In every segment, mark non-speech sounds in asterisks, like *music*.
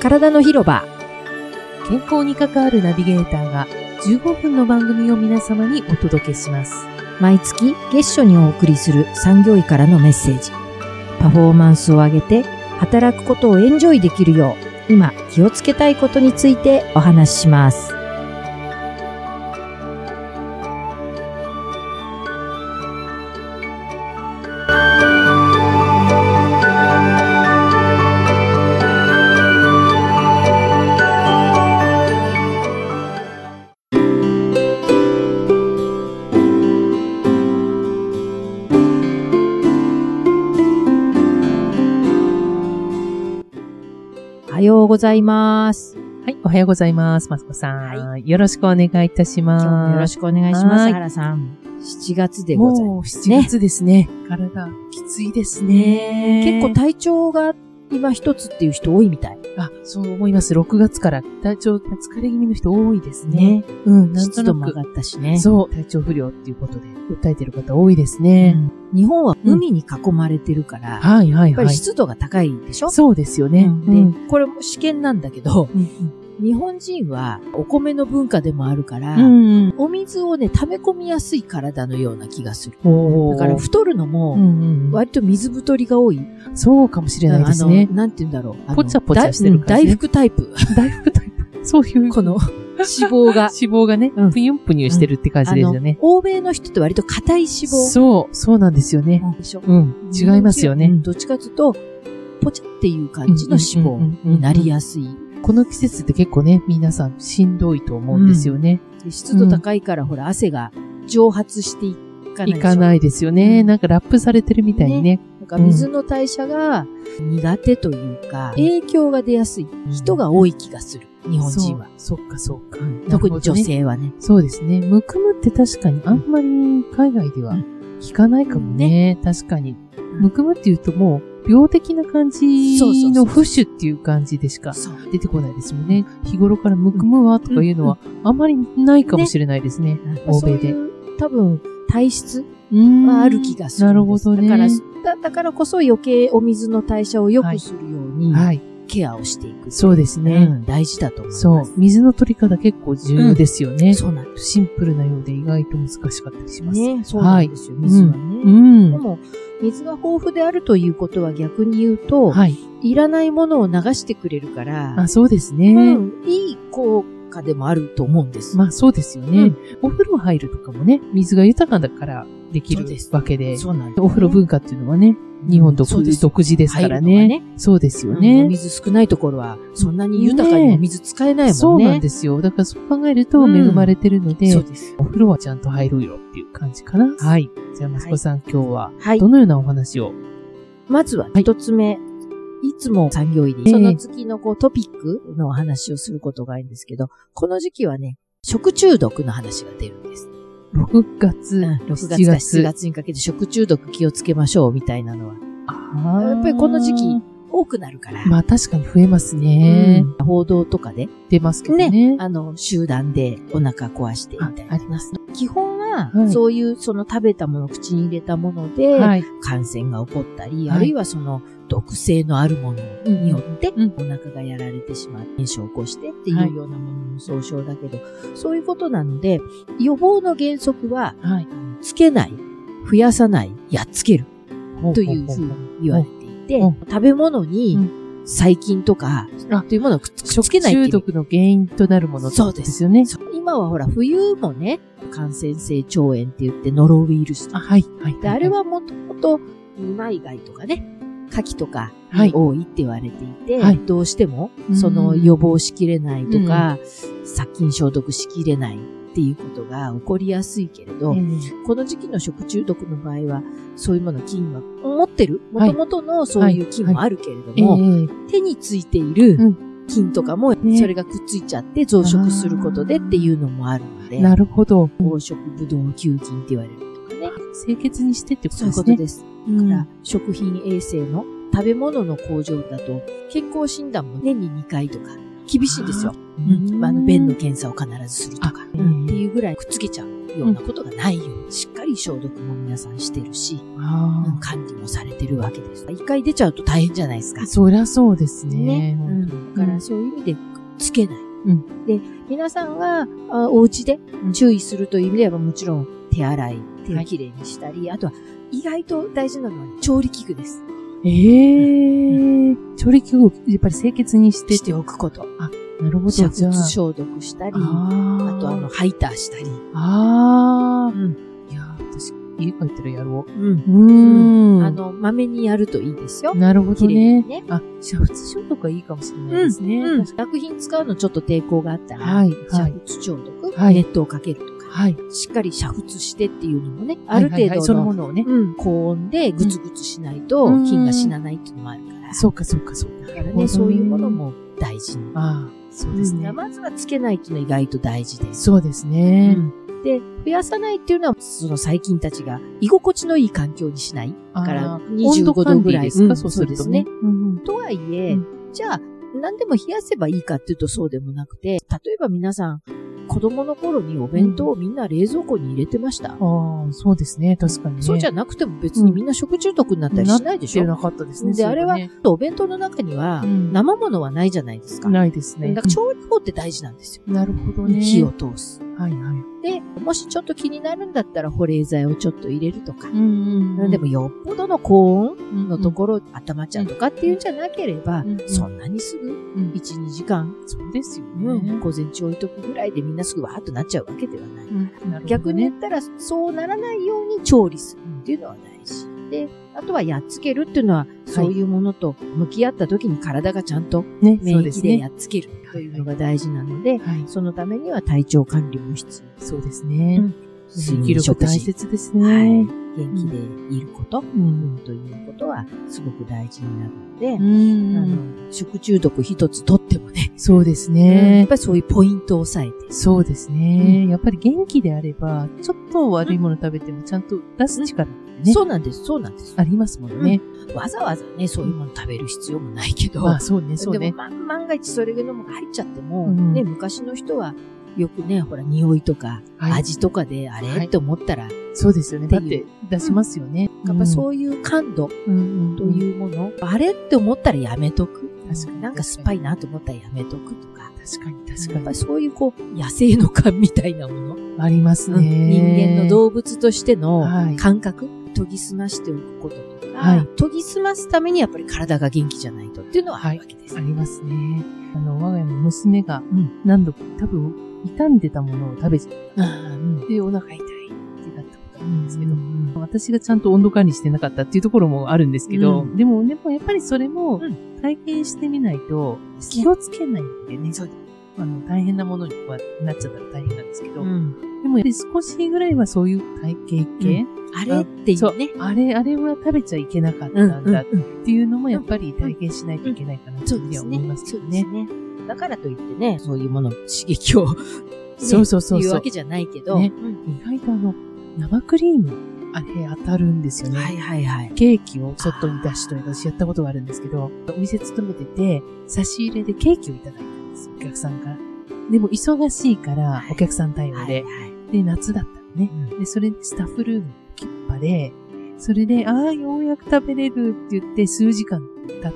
体の広場健康に関わるナビゲーターが15分の番組を皆様にお届けします。毎月月初にお送りする産業医からのメッセージパフォーマンスを上げて働くことをエンジョイできるよう今気をつけたいことについてお話ししますおはようございますはい、おはようございます。マスコさん、よろしくお願いいたし今日ます。もよろしくお願いしまはすい原さん7月でございもうます7ね月ですね。体、きついですね。結構体調が今一つっていう人多いみたいあ、そう思います。6月から体調、疲れ気味の人多いですね。ねうん、なんと湿度なも上くが。ったしねそう、体調不良っていうことで訴えてる方多いですね。うん日本は海に囲まれてるから、やっはいはいぱはいり。湿度が高いでしょ、そうですよね。うんうんで、これも試験なんだけど、日本人はお米の文化でもあるから、うん。お水をね、溜め込みやすい体のような気がする。おだから太るのうも、んうん割と水太りが多い。そうかもしれないですあねの。なんて言うんだろう。あのぽちゃぽちゃしてる感じね大うん大福タイプ。大福タイプ。そういう。この脂肪が *laughs* 脂。肪がねうん、ぷにゅんぷにゅんしてるって感じですよね。欧米の人って割と硬い脂肪。そう、そうなんですよね。でしょうん。違いますようねん。どっちかというと、ポチっていう感じの脂肪になりやすい。この季節って結構ね、皆さんしんどいと思うんですよね。で湿度高いからほら、汗が蒸発していかないでしょ。いかないですよね。うんなんかラップされてるみたいにね。なんか水の代謝が苦手というか、影響が出やすい人が多い気がする、日本人は。そう。そっかそっか。特に女なるほどね。性はね。そうですね。むくむって確かにあんまり海外ではう聞かないかもね。確かに。むくむって言うともう病的な感じそうそうそのうフッシュっていう感じでしかそう。出てこないですもんね。日頃からむくむわとかいうのはあんまりないかもしれないですね。欧米でそういう多分、体質うんはある気がするなるんでほす。どね。だから、だだからこそ余計お水の代謝を良くするように、はい。ケアをしていく。そうですうね。ん大事だと思います。そう。水の取り方結構重要ですよね。そうなんでシンプルなようで意外と難しかったりしすます。ね。そうなんですよ、い水はね。うんで。も、水が豊富であるということは逆に言うと、はい。い、らないものを流してくれるから、あ、そうですね。うん、いい効果でもあると思うんです。まあそうですよね、うんお風呂入るとかもね、水が豊かだからできるそうですわけで、そうなんです、お風呂文化っていうのはね、日本独,、そうです独自ですから入るねのがねそうですようんおね。水少ないところは、そんなに豊かにお水使えないそもんうね。なんですよ。だからそう考えるとうん恵まれてるので、そうです。お風呂はちゃんと入ろうよっていう感じかな。はい。じゃあ、マスコさん、今日ははいど。のようなお話を、まずは一つ目。いつも産業医えで、えその月のこうトピックのお話をすることが多いんですけど、この時期はね、食中毒の話が出るんです。 6月、 6月か7 7月。月にかけて食中毒気をつけましょうみたいなのは、あーやっぱりこの時期多くなるから、まあ確かに増えますね。うん報道とかで、出ますけどね。ね、あの、集団でお腹壊してみあたいなあ。りますね。基本は、はいそういうその食べたもの、口に入れたもので、はい。感染が起こったり、はあいるいはその毒性のあるものによって、うんお腹がやられてしまって、炎症を起こしてっていうようなものの総称だけど、そういうことなので、予防の原則は、はい。つけない、増やさない、やっつけるというほふほうほにほ言われていてうん、食べ物うに細菌とか、あというものをくっつくっつ食けないっていう中毒の原因となるものってそうことですよね。そう今はほら、冬もね、感染性腸炎って言ってノロウイルスとあ、か。はい、はい。で、あれ、はもともと、二枚貝とかね、牡蠣とかはい。多いって言われていて、はいどうしてもう、んその予防しきれないとか、殺菌消毒しきれないっていうことが起こりやすいけれど、ええこの時期の食中毒の場合は、そういうもの菌は持ってる。もはいともとのそういう菌もあるけれども、ええ手についているう菌とかも、ねそれがくっついちゃって増殖することでっていうのもあるので、なるほど。黄色ブドウ球菌って言われるとかね。清潔にしてってこそとういうでこすとね。です。うだんから、食品衛生の食べ物の向上だと、健康診断も年に2回とか、厳しいんですよ。うんまあ、あの、便の検査を必ずするとか、あうんうんっていうぐらいくっつけちゃう。ようなことがないように、しっかり消毒も皆さんしてるし、あ管理もされてるわけです。一回出ちゃうと大変じゃないですかあ。。そりゃそうですね。う本当ん、だからそういう意味で、つけない。んで、皆さんが、あお家で注意するという意味では、もちろん手洗い、手をきれいにしたり、あとは、意外と大事なのは調理器具です。ええ調理器具をやっぱり清潔にしてし、ておくこと。なるほど、煮じゃ沸あ。消毒したり、ああーとあの、、ハイターしたり。あーうんいやー、私、家帰ったらやろうん。う。うーん。あ、の、まめにやるといいですよ。なるほど綺麗にね。ね。あ、煮沸消毒はいいかもしれないですね。うん確か薬品使うのちょっと抵抗があったら、はいはい煮沸消毒、はい熱湯をかけるとか、はい。しっかり煮沸してっていうのもね、あはいるはいはい程そ度ののものをね。うん、高温でグツグツしないとうん菌が死なないっていうのもあるから。そうか、そうか、そうか。だからうんね、そういうものも大事に。ああ、そうですねん。まずはつけないっていうのは意外と大事です。そうですね。で、増やさないっていうのは、その細菌たちが居心地のいい環境にしない。だから温度25管度ぐ理らいですうか、んそうするとそうでねす。うんとはいえ、うじゃあ、何でも冷やせばいいかっていうとそうでもなくて、例えば皆さん、子供の頃にお弁当をみんな冷蔵庫に入れてました。うんああ、そうですね。確かにね。そうじゃなくても別にみんな食中毒になったりしないでしょ、なかったですね。でそういうのねお弁当の中には、うん生ものはないじゃないですか。ないですね。だから調理法って大事なんですよ。なるほどね。火を通す。はいはい。で、もしちょっと気になるんだったら保冷剤をちょっと入れるとか。うんうんでもよっぽどの高温のとろ、ころ、温まっちゃうとかっていうんじゃなければ、うんうんそんなにすぐ、ん1、2時間、そうですようね。ん午前中置いとくぐらいでみんなすぐわーっとなっちゃうわけではない。なるほどね逆に言ったら、そうならないように調理するっていうのは大事。で、あとはやっつけるっていうのは、そういうものと向き合った時に体がちゃんとね、免そうで疫すでねや。っつけるというのが大事なので、はい。そのためには体調管理も必要。そうですねうん。水気力大切ですね。はい。元ん気でいること、うん。ということはすごく大事になるので、うんあの食中毒一つとってもね、そうですやっね。ぱりそういうポイントを抑えて。そうですね。やっぱり元気であれば、ちょっと悪いもの食べてもちゃんと出す力ねそうなんです、そうなんです。ありますもんね。わざわざね、そういうもの食べる必要もないけど、まあそうね、そうでねも、。ま万が一それがのも入っちゃっても、うんね、昔の人はよくね、ほら、匂いとか、はい味とかであれ、はいって思ったら、そうですよね。だっっていて出しますよね。やっぱうそういう感度ん、というもの、あれって思ったらやめとく。確かになんか酸っぱいなと思ったらやめとくとか。確かに確やっぱかりそういうこう、野生の感みたいなもの。に。ありますね。人間の動物としてのはい。感覚、研ぎ澄ましておくこととか、はい研ぎ澄ますためにやっぱり体が元気じゃないとっていうのはあるわけです。ありますね。あの、我が家の娘がん何度か、多分傷んでたものを食べちゃっあーうんて、でお腹痛いってなったことあるんですけど、うん私がちゃんと温度管理してなかったっていうところもあるんですけど、うでも、でもやっぱりそれもう体験してみないと気をつけないんでね、そうだあの大変なものにはなっちゃったら大変なんですけど、うんでもやっぱり少しぐらいはそういう体型系、あれっていうね。あれ、あれは食べちゃいけなかったうんんだっうんていうのもやっぱり体験しないといけないかなってそいううふうでにすね。は思いますそようですね。ね。だからといってね、そういうもの、刺激を、ね、そうそうそうっていうそうわけじゃないけど、ねうん意外とあの、生クリーム、あれ当たるんですよね。はいはいはい。ケーキを外に出しといて、私やったことがあるんですけど、お店勤めてて、差し入れでケーキをいただいたんです、お客さんから。でも忙しいからは、いお客さん対応はでい。はい。で、夏だったのね。で、それでスタッフルームのキッパで、それで、ああ、ようやく食べれるって言って、数時間経ってか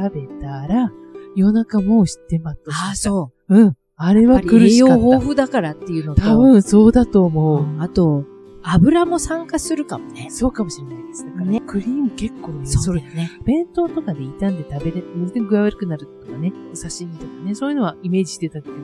ら食べたら、夜中もう知ってまっとしああ、た。そう。うん。あれやはっぱり苦栄し養か豊った。富だからっていうのと、多分そうだと思う。あと、油も酸化するかもね。そうかもしれないです。だから、ねクリーム結構ね、そそうれだ、よね。弁当とかで傷んで食べれ、全具合悪くなるとかね、お刺身とかね、そういうのはイメージしてたけど、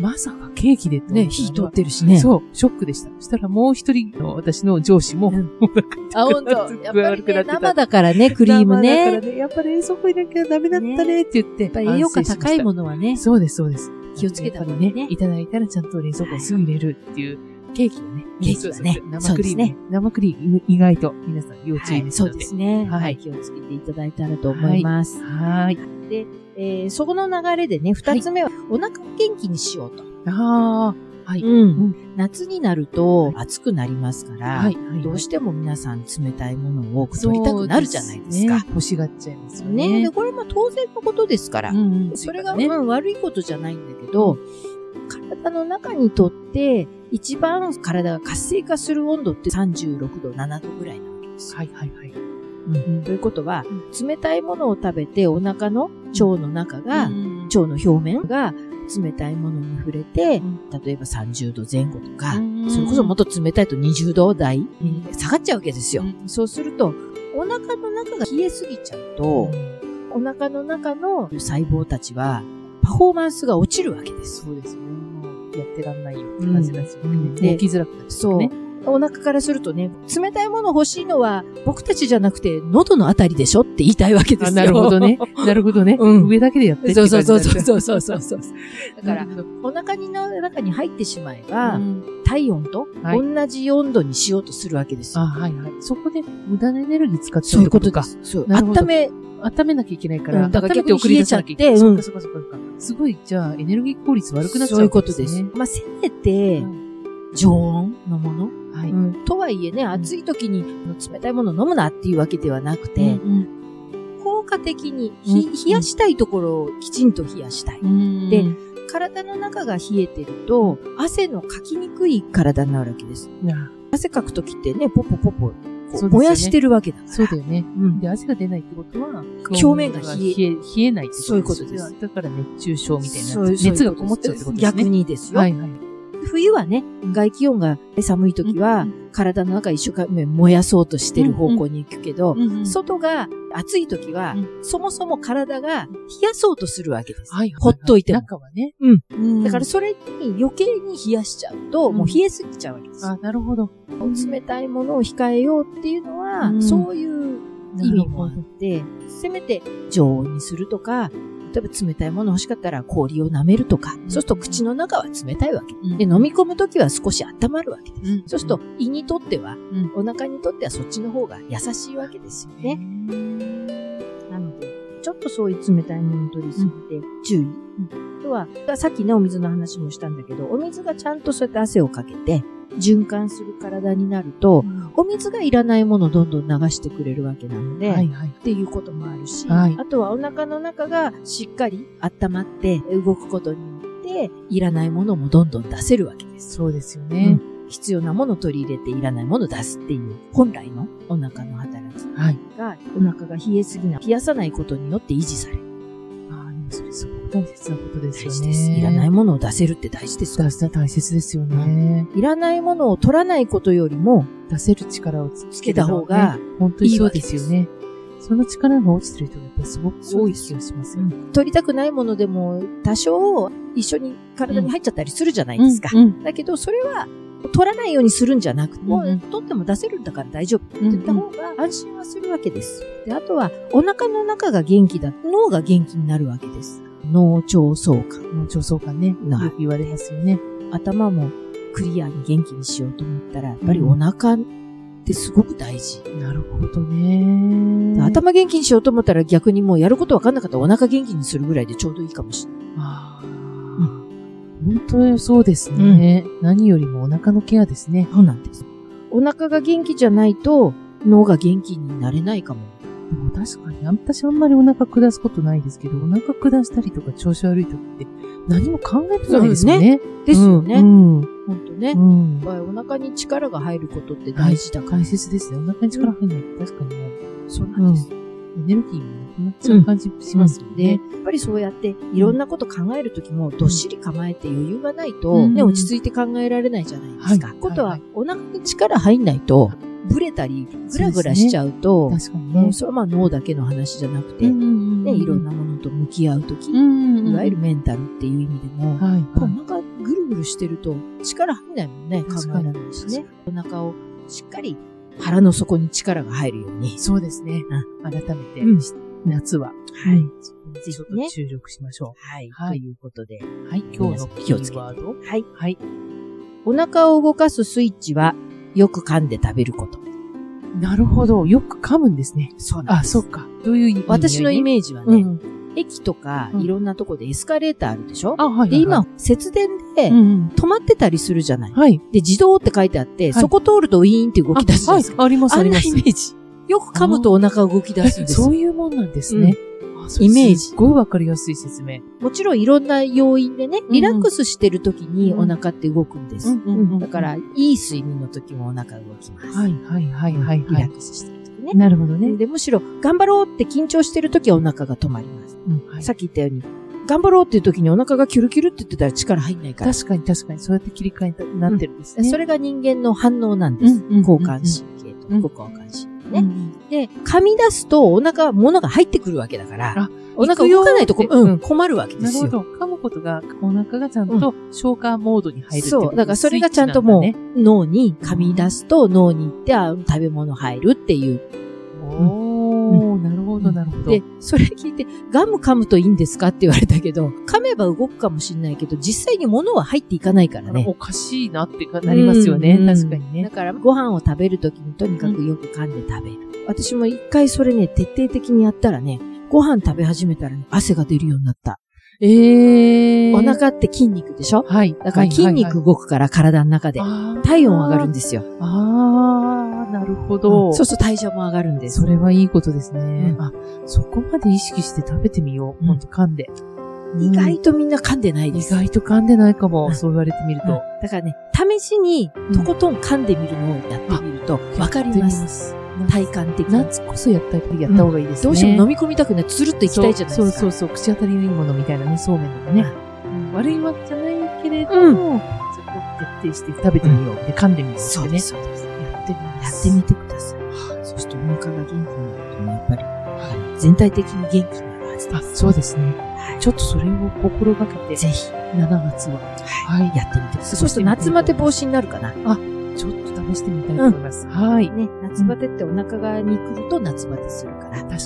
まさかケーキでって思うね、と火通ってるしね。う。そう、ショックでした。そしたらもう一人の私の上司も、うんもうなんかあ、ほんと。やっぱり、ね、生だからね、ククリームだね。からね、やっぱ冷蔵庫入れなきゃダメだったねって言って、ややっっぱり栄養価高いもののはね、そうです、そうです。気をつけた方がいいねやっぱりいただいたらちゃんと冷蔵庫にすぐ入れるっていう、ケーキをね。ケーキはねそうそうそう生クリーム、そうね。生クリーム、意外と皆さん要注は意い、ですそのうで。ですね。はいはい、気をつけていただいたらと思います。はーい。えーそこの流れでね、二つ目は、お腹を元気にしようと。ああ、はい。うん夏になると暑くなりますから、はい。はいどうしても皆さん冷たいものを多く取りたくなるじゃないですかそう。ね欲しがっちゃいますよねね。でこれも当然のことですから、うんうんそれが、ねう。ん悪いことじゃないんだけど、体の中にとって一番体が活性化する温度って36度、7度ぐらいなわけですよ。はいはいはい。うんということはう、冷たいものを食べてお腹の腸の中が、腸うんの表面が冷たいものに触れてう、ん例えば30度前後とか、うんそれこそもっと冷たいと20度台にう下がっちゃうわけですよ。うんそうすると、お腹の中が冷えすぎちゃうと、お腹の中の細胞たちはパフォーマンスが落ちるわけです。そうですね。もうやってらんないよって感じなんですようんね。動きづらくなっちゃそうね。。お腹からするとね、冷たいもの欲しいのは僕たちじゃなくて喉のあたりでしょって言いたいわけですあよ。なるほどね。。 *laughs* なるほどね。うん上だけでやって *laughs* ってそう感じそうになっちそゃうそうそうそう *laughs* そう。だかならる、ほどお腹の中に入ってしまえば、うん体温とはい同じ温度にしようとするわけですあ、よ。はいはい。そこで無駄なエネルギー使っちそゃうういっうこてこととでか。す。そう温温め、め、温めなきゃいけないから。うんだから温めて送り出さなきゃいけない。逆に冷えそっかそっかそっか。そっかすごい、じゃあ、エネルギー効率悪くなっちゃうそういうことですね。。まあ、せめてう、常温のもの、はい。うんとはいえね、暑い時に冷たいもの飲むなっていうわけではなくて、うん効果的にうんひ冷やしたいところをきちんと冷やしたい。うんで体の中が冷えてると、汗のかきにくい体になるわけです。な汗かく時ってね、ポポポポ、こうそうですよね燃やしてるわけだから。そうだよね。うんで、汗が出ないってことは、表面が冷え冷え、冷えないってそういうことですよねだから熱中症みたいなそうそういうこやつ。と熱がこもっちゃうってことですね。逆にですよ。はいはい。冬はね、外気温が寒い時は、うん体の中一生懸命燃やそうとしてる方向に行くけど、うんうん外が暑い時は、うそもそも体が冷やそうとするわけです。はいはいはい。ほっといても中はね。うんんだから、それに余計に冷やしちゃうと、うんもう冷えすぎちゃうわけですよ。あ、なるほど。冷たいものを控えようっていうのは、うんそういう意味もあなるって、せめて常温にするとか、例えば冷たいもの欲しかったら氷を舐めるとか、そうすると口の中は冷たいわけ。ほど。で、飲み込むときは少し温まるわけです。うんそうすると、胃にとっては、んお腹にとってはそっちの方が優しいわけですよねね。。なので、ちょっとそういう冷たいものを取りすぎて注意。あとは、さっきね、お水の話もしたんだけど、お水がちゃんとそうやって汗をかけて、循環する体になると、お水がいらないものをどんどん流してくれるわけなので、はいっはい。ていうこともあるし、はいあとはお腹の中がしっかり温まって動くことによって、いらないものもどんどん出せるわけです。そうですよね。必要なものを取り入れていらないものを出すっていう本来のお腹の働きはい。がお腹が冷えすぎない冷やさないことによって維持されるああ、でもそれすごく大切なことです大よ事ね。ですいらないものを出せるって大事ですから出した大切ですよね。いらないものを取らないことよりも出せる力をつつけた方が、本当にそうですよね。その力が落ちてる人がやっぱりすごく多い気がしますよね。取りたくないものでも多少一緒に体に入っちゃったりするじゃないですか、うんうんだけどそれは取らないようにするんじゃなくて、もうんううん取っても出せるんだから大丈夫ってうん言った方が安心はするわけです。で、あとはお腹の中が元気だ、脳が元気になるわけです。脳腸相関。もう上層感ね、よないく言われますよね。頭もクリアに元気にしようと思ったら、やっぱりお腹ってすごく大事。なるほどね。頭元気にしようと思ったら逆にもうやることわかんなかったらお腹元気にするぐらいでちょうどいいかもしれない。あー本当にそうですね、何よりもお腹のケアですね。そうなんです。お腹が元気じゃないと脳が元気になれないかも。でも確かに、私あんまりお腹下すことないですけど、お腹下したりとか調子悪い時って何も考えてないですよね。ですよね。うん。ほんとね。やうっん。ぱりお腹に力が入ることって大事だから。解説ですね。お腹に力入んないと確かにね、そうなんです。エネルギーもなくなっちゃう感じしますよで、やっね。ぱりそうやっていろんなこと考えるときもどっしり構えて余裕がないと、うんね、落ち着いて考えられないじゃないですか。はいことは、はいお腹に力入んないと、ブレたり、ぐらぐらしちゃうと、確かにもねう。それはまあ脳だけの話じゃなくて、んね、いろん、なものと向き合うとき、うんいわゆる、メンタルっていう意味でも、やっはい、ぱお腹ぐるぐるしてると力入んないもんね、考確えからにれないしね。お腹をしっかり腹の底に力が入るように。そうですねあ。改めて、うん夏は、はい。ぜちょっひとね。注力しましょはい。はいということで。う。はい、今日のキーワード。はい。はい。お腹を動かすスイッチは、よく噛んで食べること。なるほど。よく噛むんですね。そうあ、そうか。どういう意味私のイメージはうね、ん。駅とかうんいろんなとこでエスカレーターあるでしょ、あ、はい。で、は今、節電でい、うんうん。止まってたりするじゃない、はい。で、自動って書いてあって、いそこ通るとウィーンって動き出すじゃなあはいいですか。あります、ああんりなまイすメ。ージ。よく噛むとお腹動き出すんですそよ。ういうもんなんですね。あそれイメージすっごいわかりやすい説明。もちろんいろんな要因でね、リラックスしてる時にお腹って動くんです。うんうんうんうんだから、いい睡眠の時もお腹動きます。はいはいはいはいリラはいッ。クスしてる時ね。なるほどね。で、むしろ、頑張ろうって緊張してる時はお腹が止まります。うんはいさっき言ったように、頑張ろうっていう時にお腹がキュルキュルって言ってたら力入んないから。確かに確かに、そうやって切り替えになってるんですね。それが人間の反応なんです。うんうんうんうん交感神経と副交感神経ね。ね。で、噛み出すとお腹、物が入ってくるわけだからあ、お腹動かないとこ行くよってう、うんん困るわけでなるすほよ。ど。噛むことが、お腹がちゃんと消化モードに入るっていそう。だからそれがちゃんとスイッもチう脳に噛み出すと脳に行って、あ、食べ物入るっていう。なんだね。おー、なるほど、なるほど。で、それ聞いて、ガム噛むといいんですかって言われたけど、噛めば動くかもしれないけど、実際に物は入っていかないからね。おかしいなってなりますよね。うんうん確かにだね。から、ご飯を食べるときにとにかくよく噛んで食べる。私も一回それね、徹底的にやったらね、ご飯食べ始めたらね、汗が出るようになった。えー。お腹って筋肉でしょはい。だから筋肉動くから体の中で。体温上がるんす。ですよ。あー、なるほど。そうすると体重も上がるんですそ。れはいいことですね。うあ、そこまで意識して食べてみよう。うんほんと噛んで。意外とみんな噛んでないうんで意す。外と噛んでないかうんも。そう言われてみると。だからね、試しにとことん噛んでみるのをやってみるとわかります。す。体感的に。夏こそやったやった方がいいですね。どうしても飲み込みたくない、つるっといきたいじゃないですか。そうそうそう、口当たりのいいものみたいなね、そうめんとかね。うん悪いわけじゃないけれどうも、ちょっと徹底して食べてみようって噛んでみるってそうねで。す、そうです。やってみまやっすてみてください。そしてお腹が元気になるとね、やっぱり、はい全体的に元気になるはずあで、す。そうですね。いちょっとそれを心がけて、ぜひ、 7月は。はい。やってみてください。そそううすするとると夏夏ババテテ防防止になるかな。ちょっと試してみたいと思います。はい。ね、夏バテってお腹がにくると夏バテするから、確かに。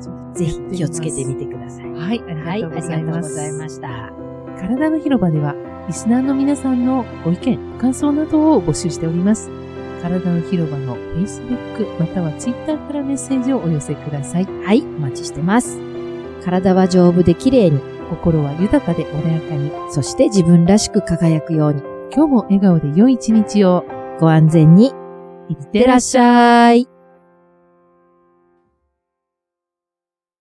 そうぜひ気をつけてみてください。はい、あはりい、あがとりがうござというごます。ざいました。体の広場では、リスナーの皆さんのご意見、ご感想などを募集しております。体の広場の Facebook または Twitter からメッセージをお寄せください。はい、お待ちしてます。体は丈夫で綺麗に、心は豊かで穏やかに、そして自分らしく輝くように、今日も笑顔で良い一日を。ご安全に、いっいってらっしゃい。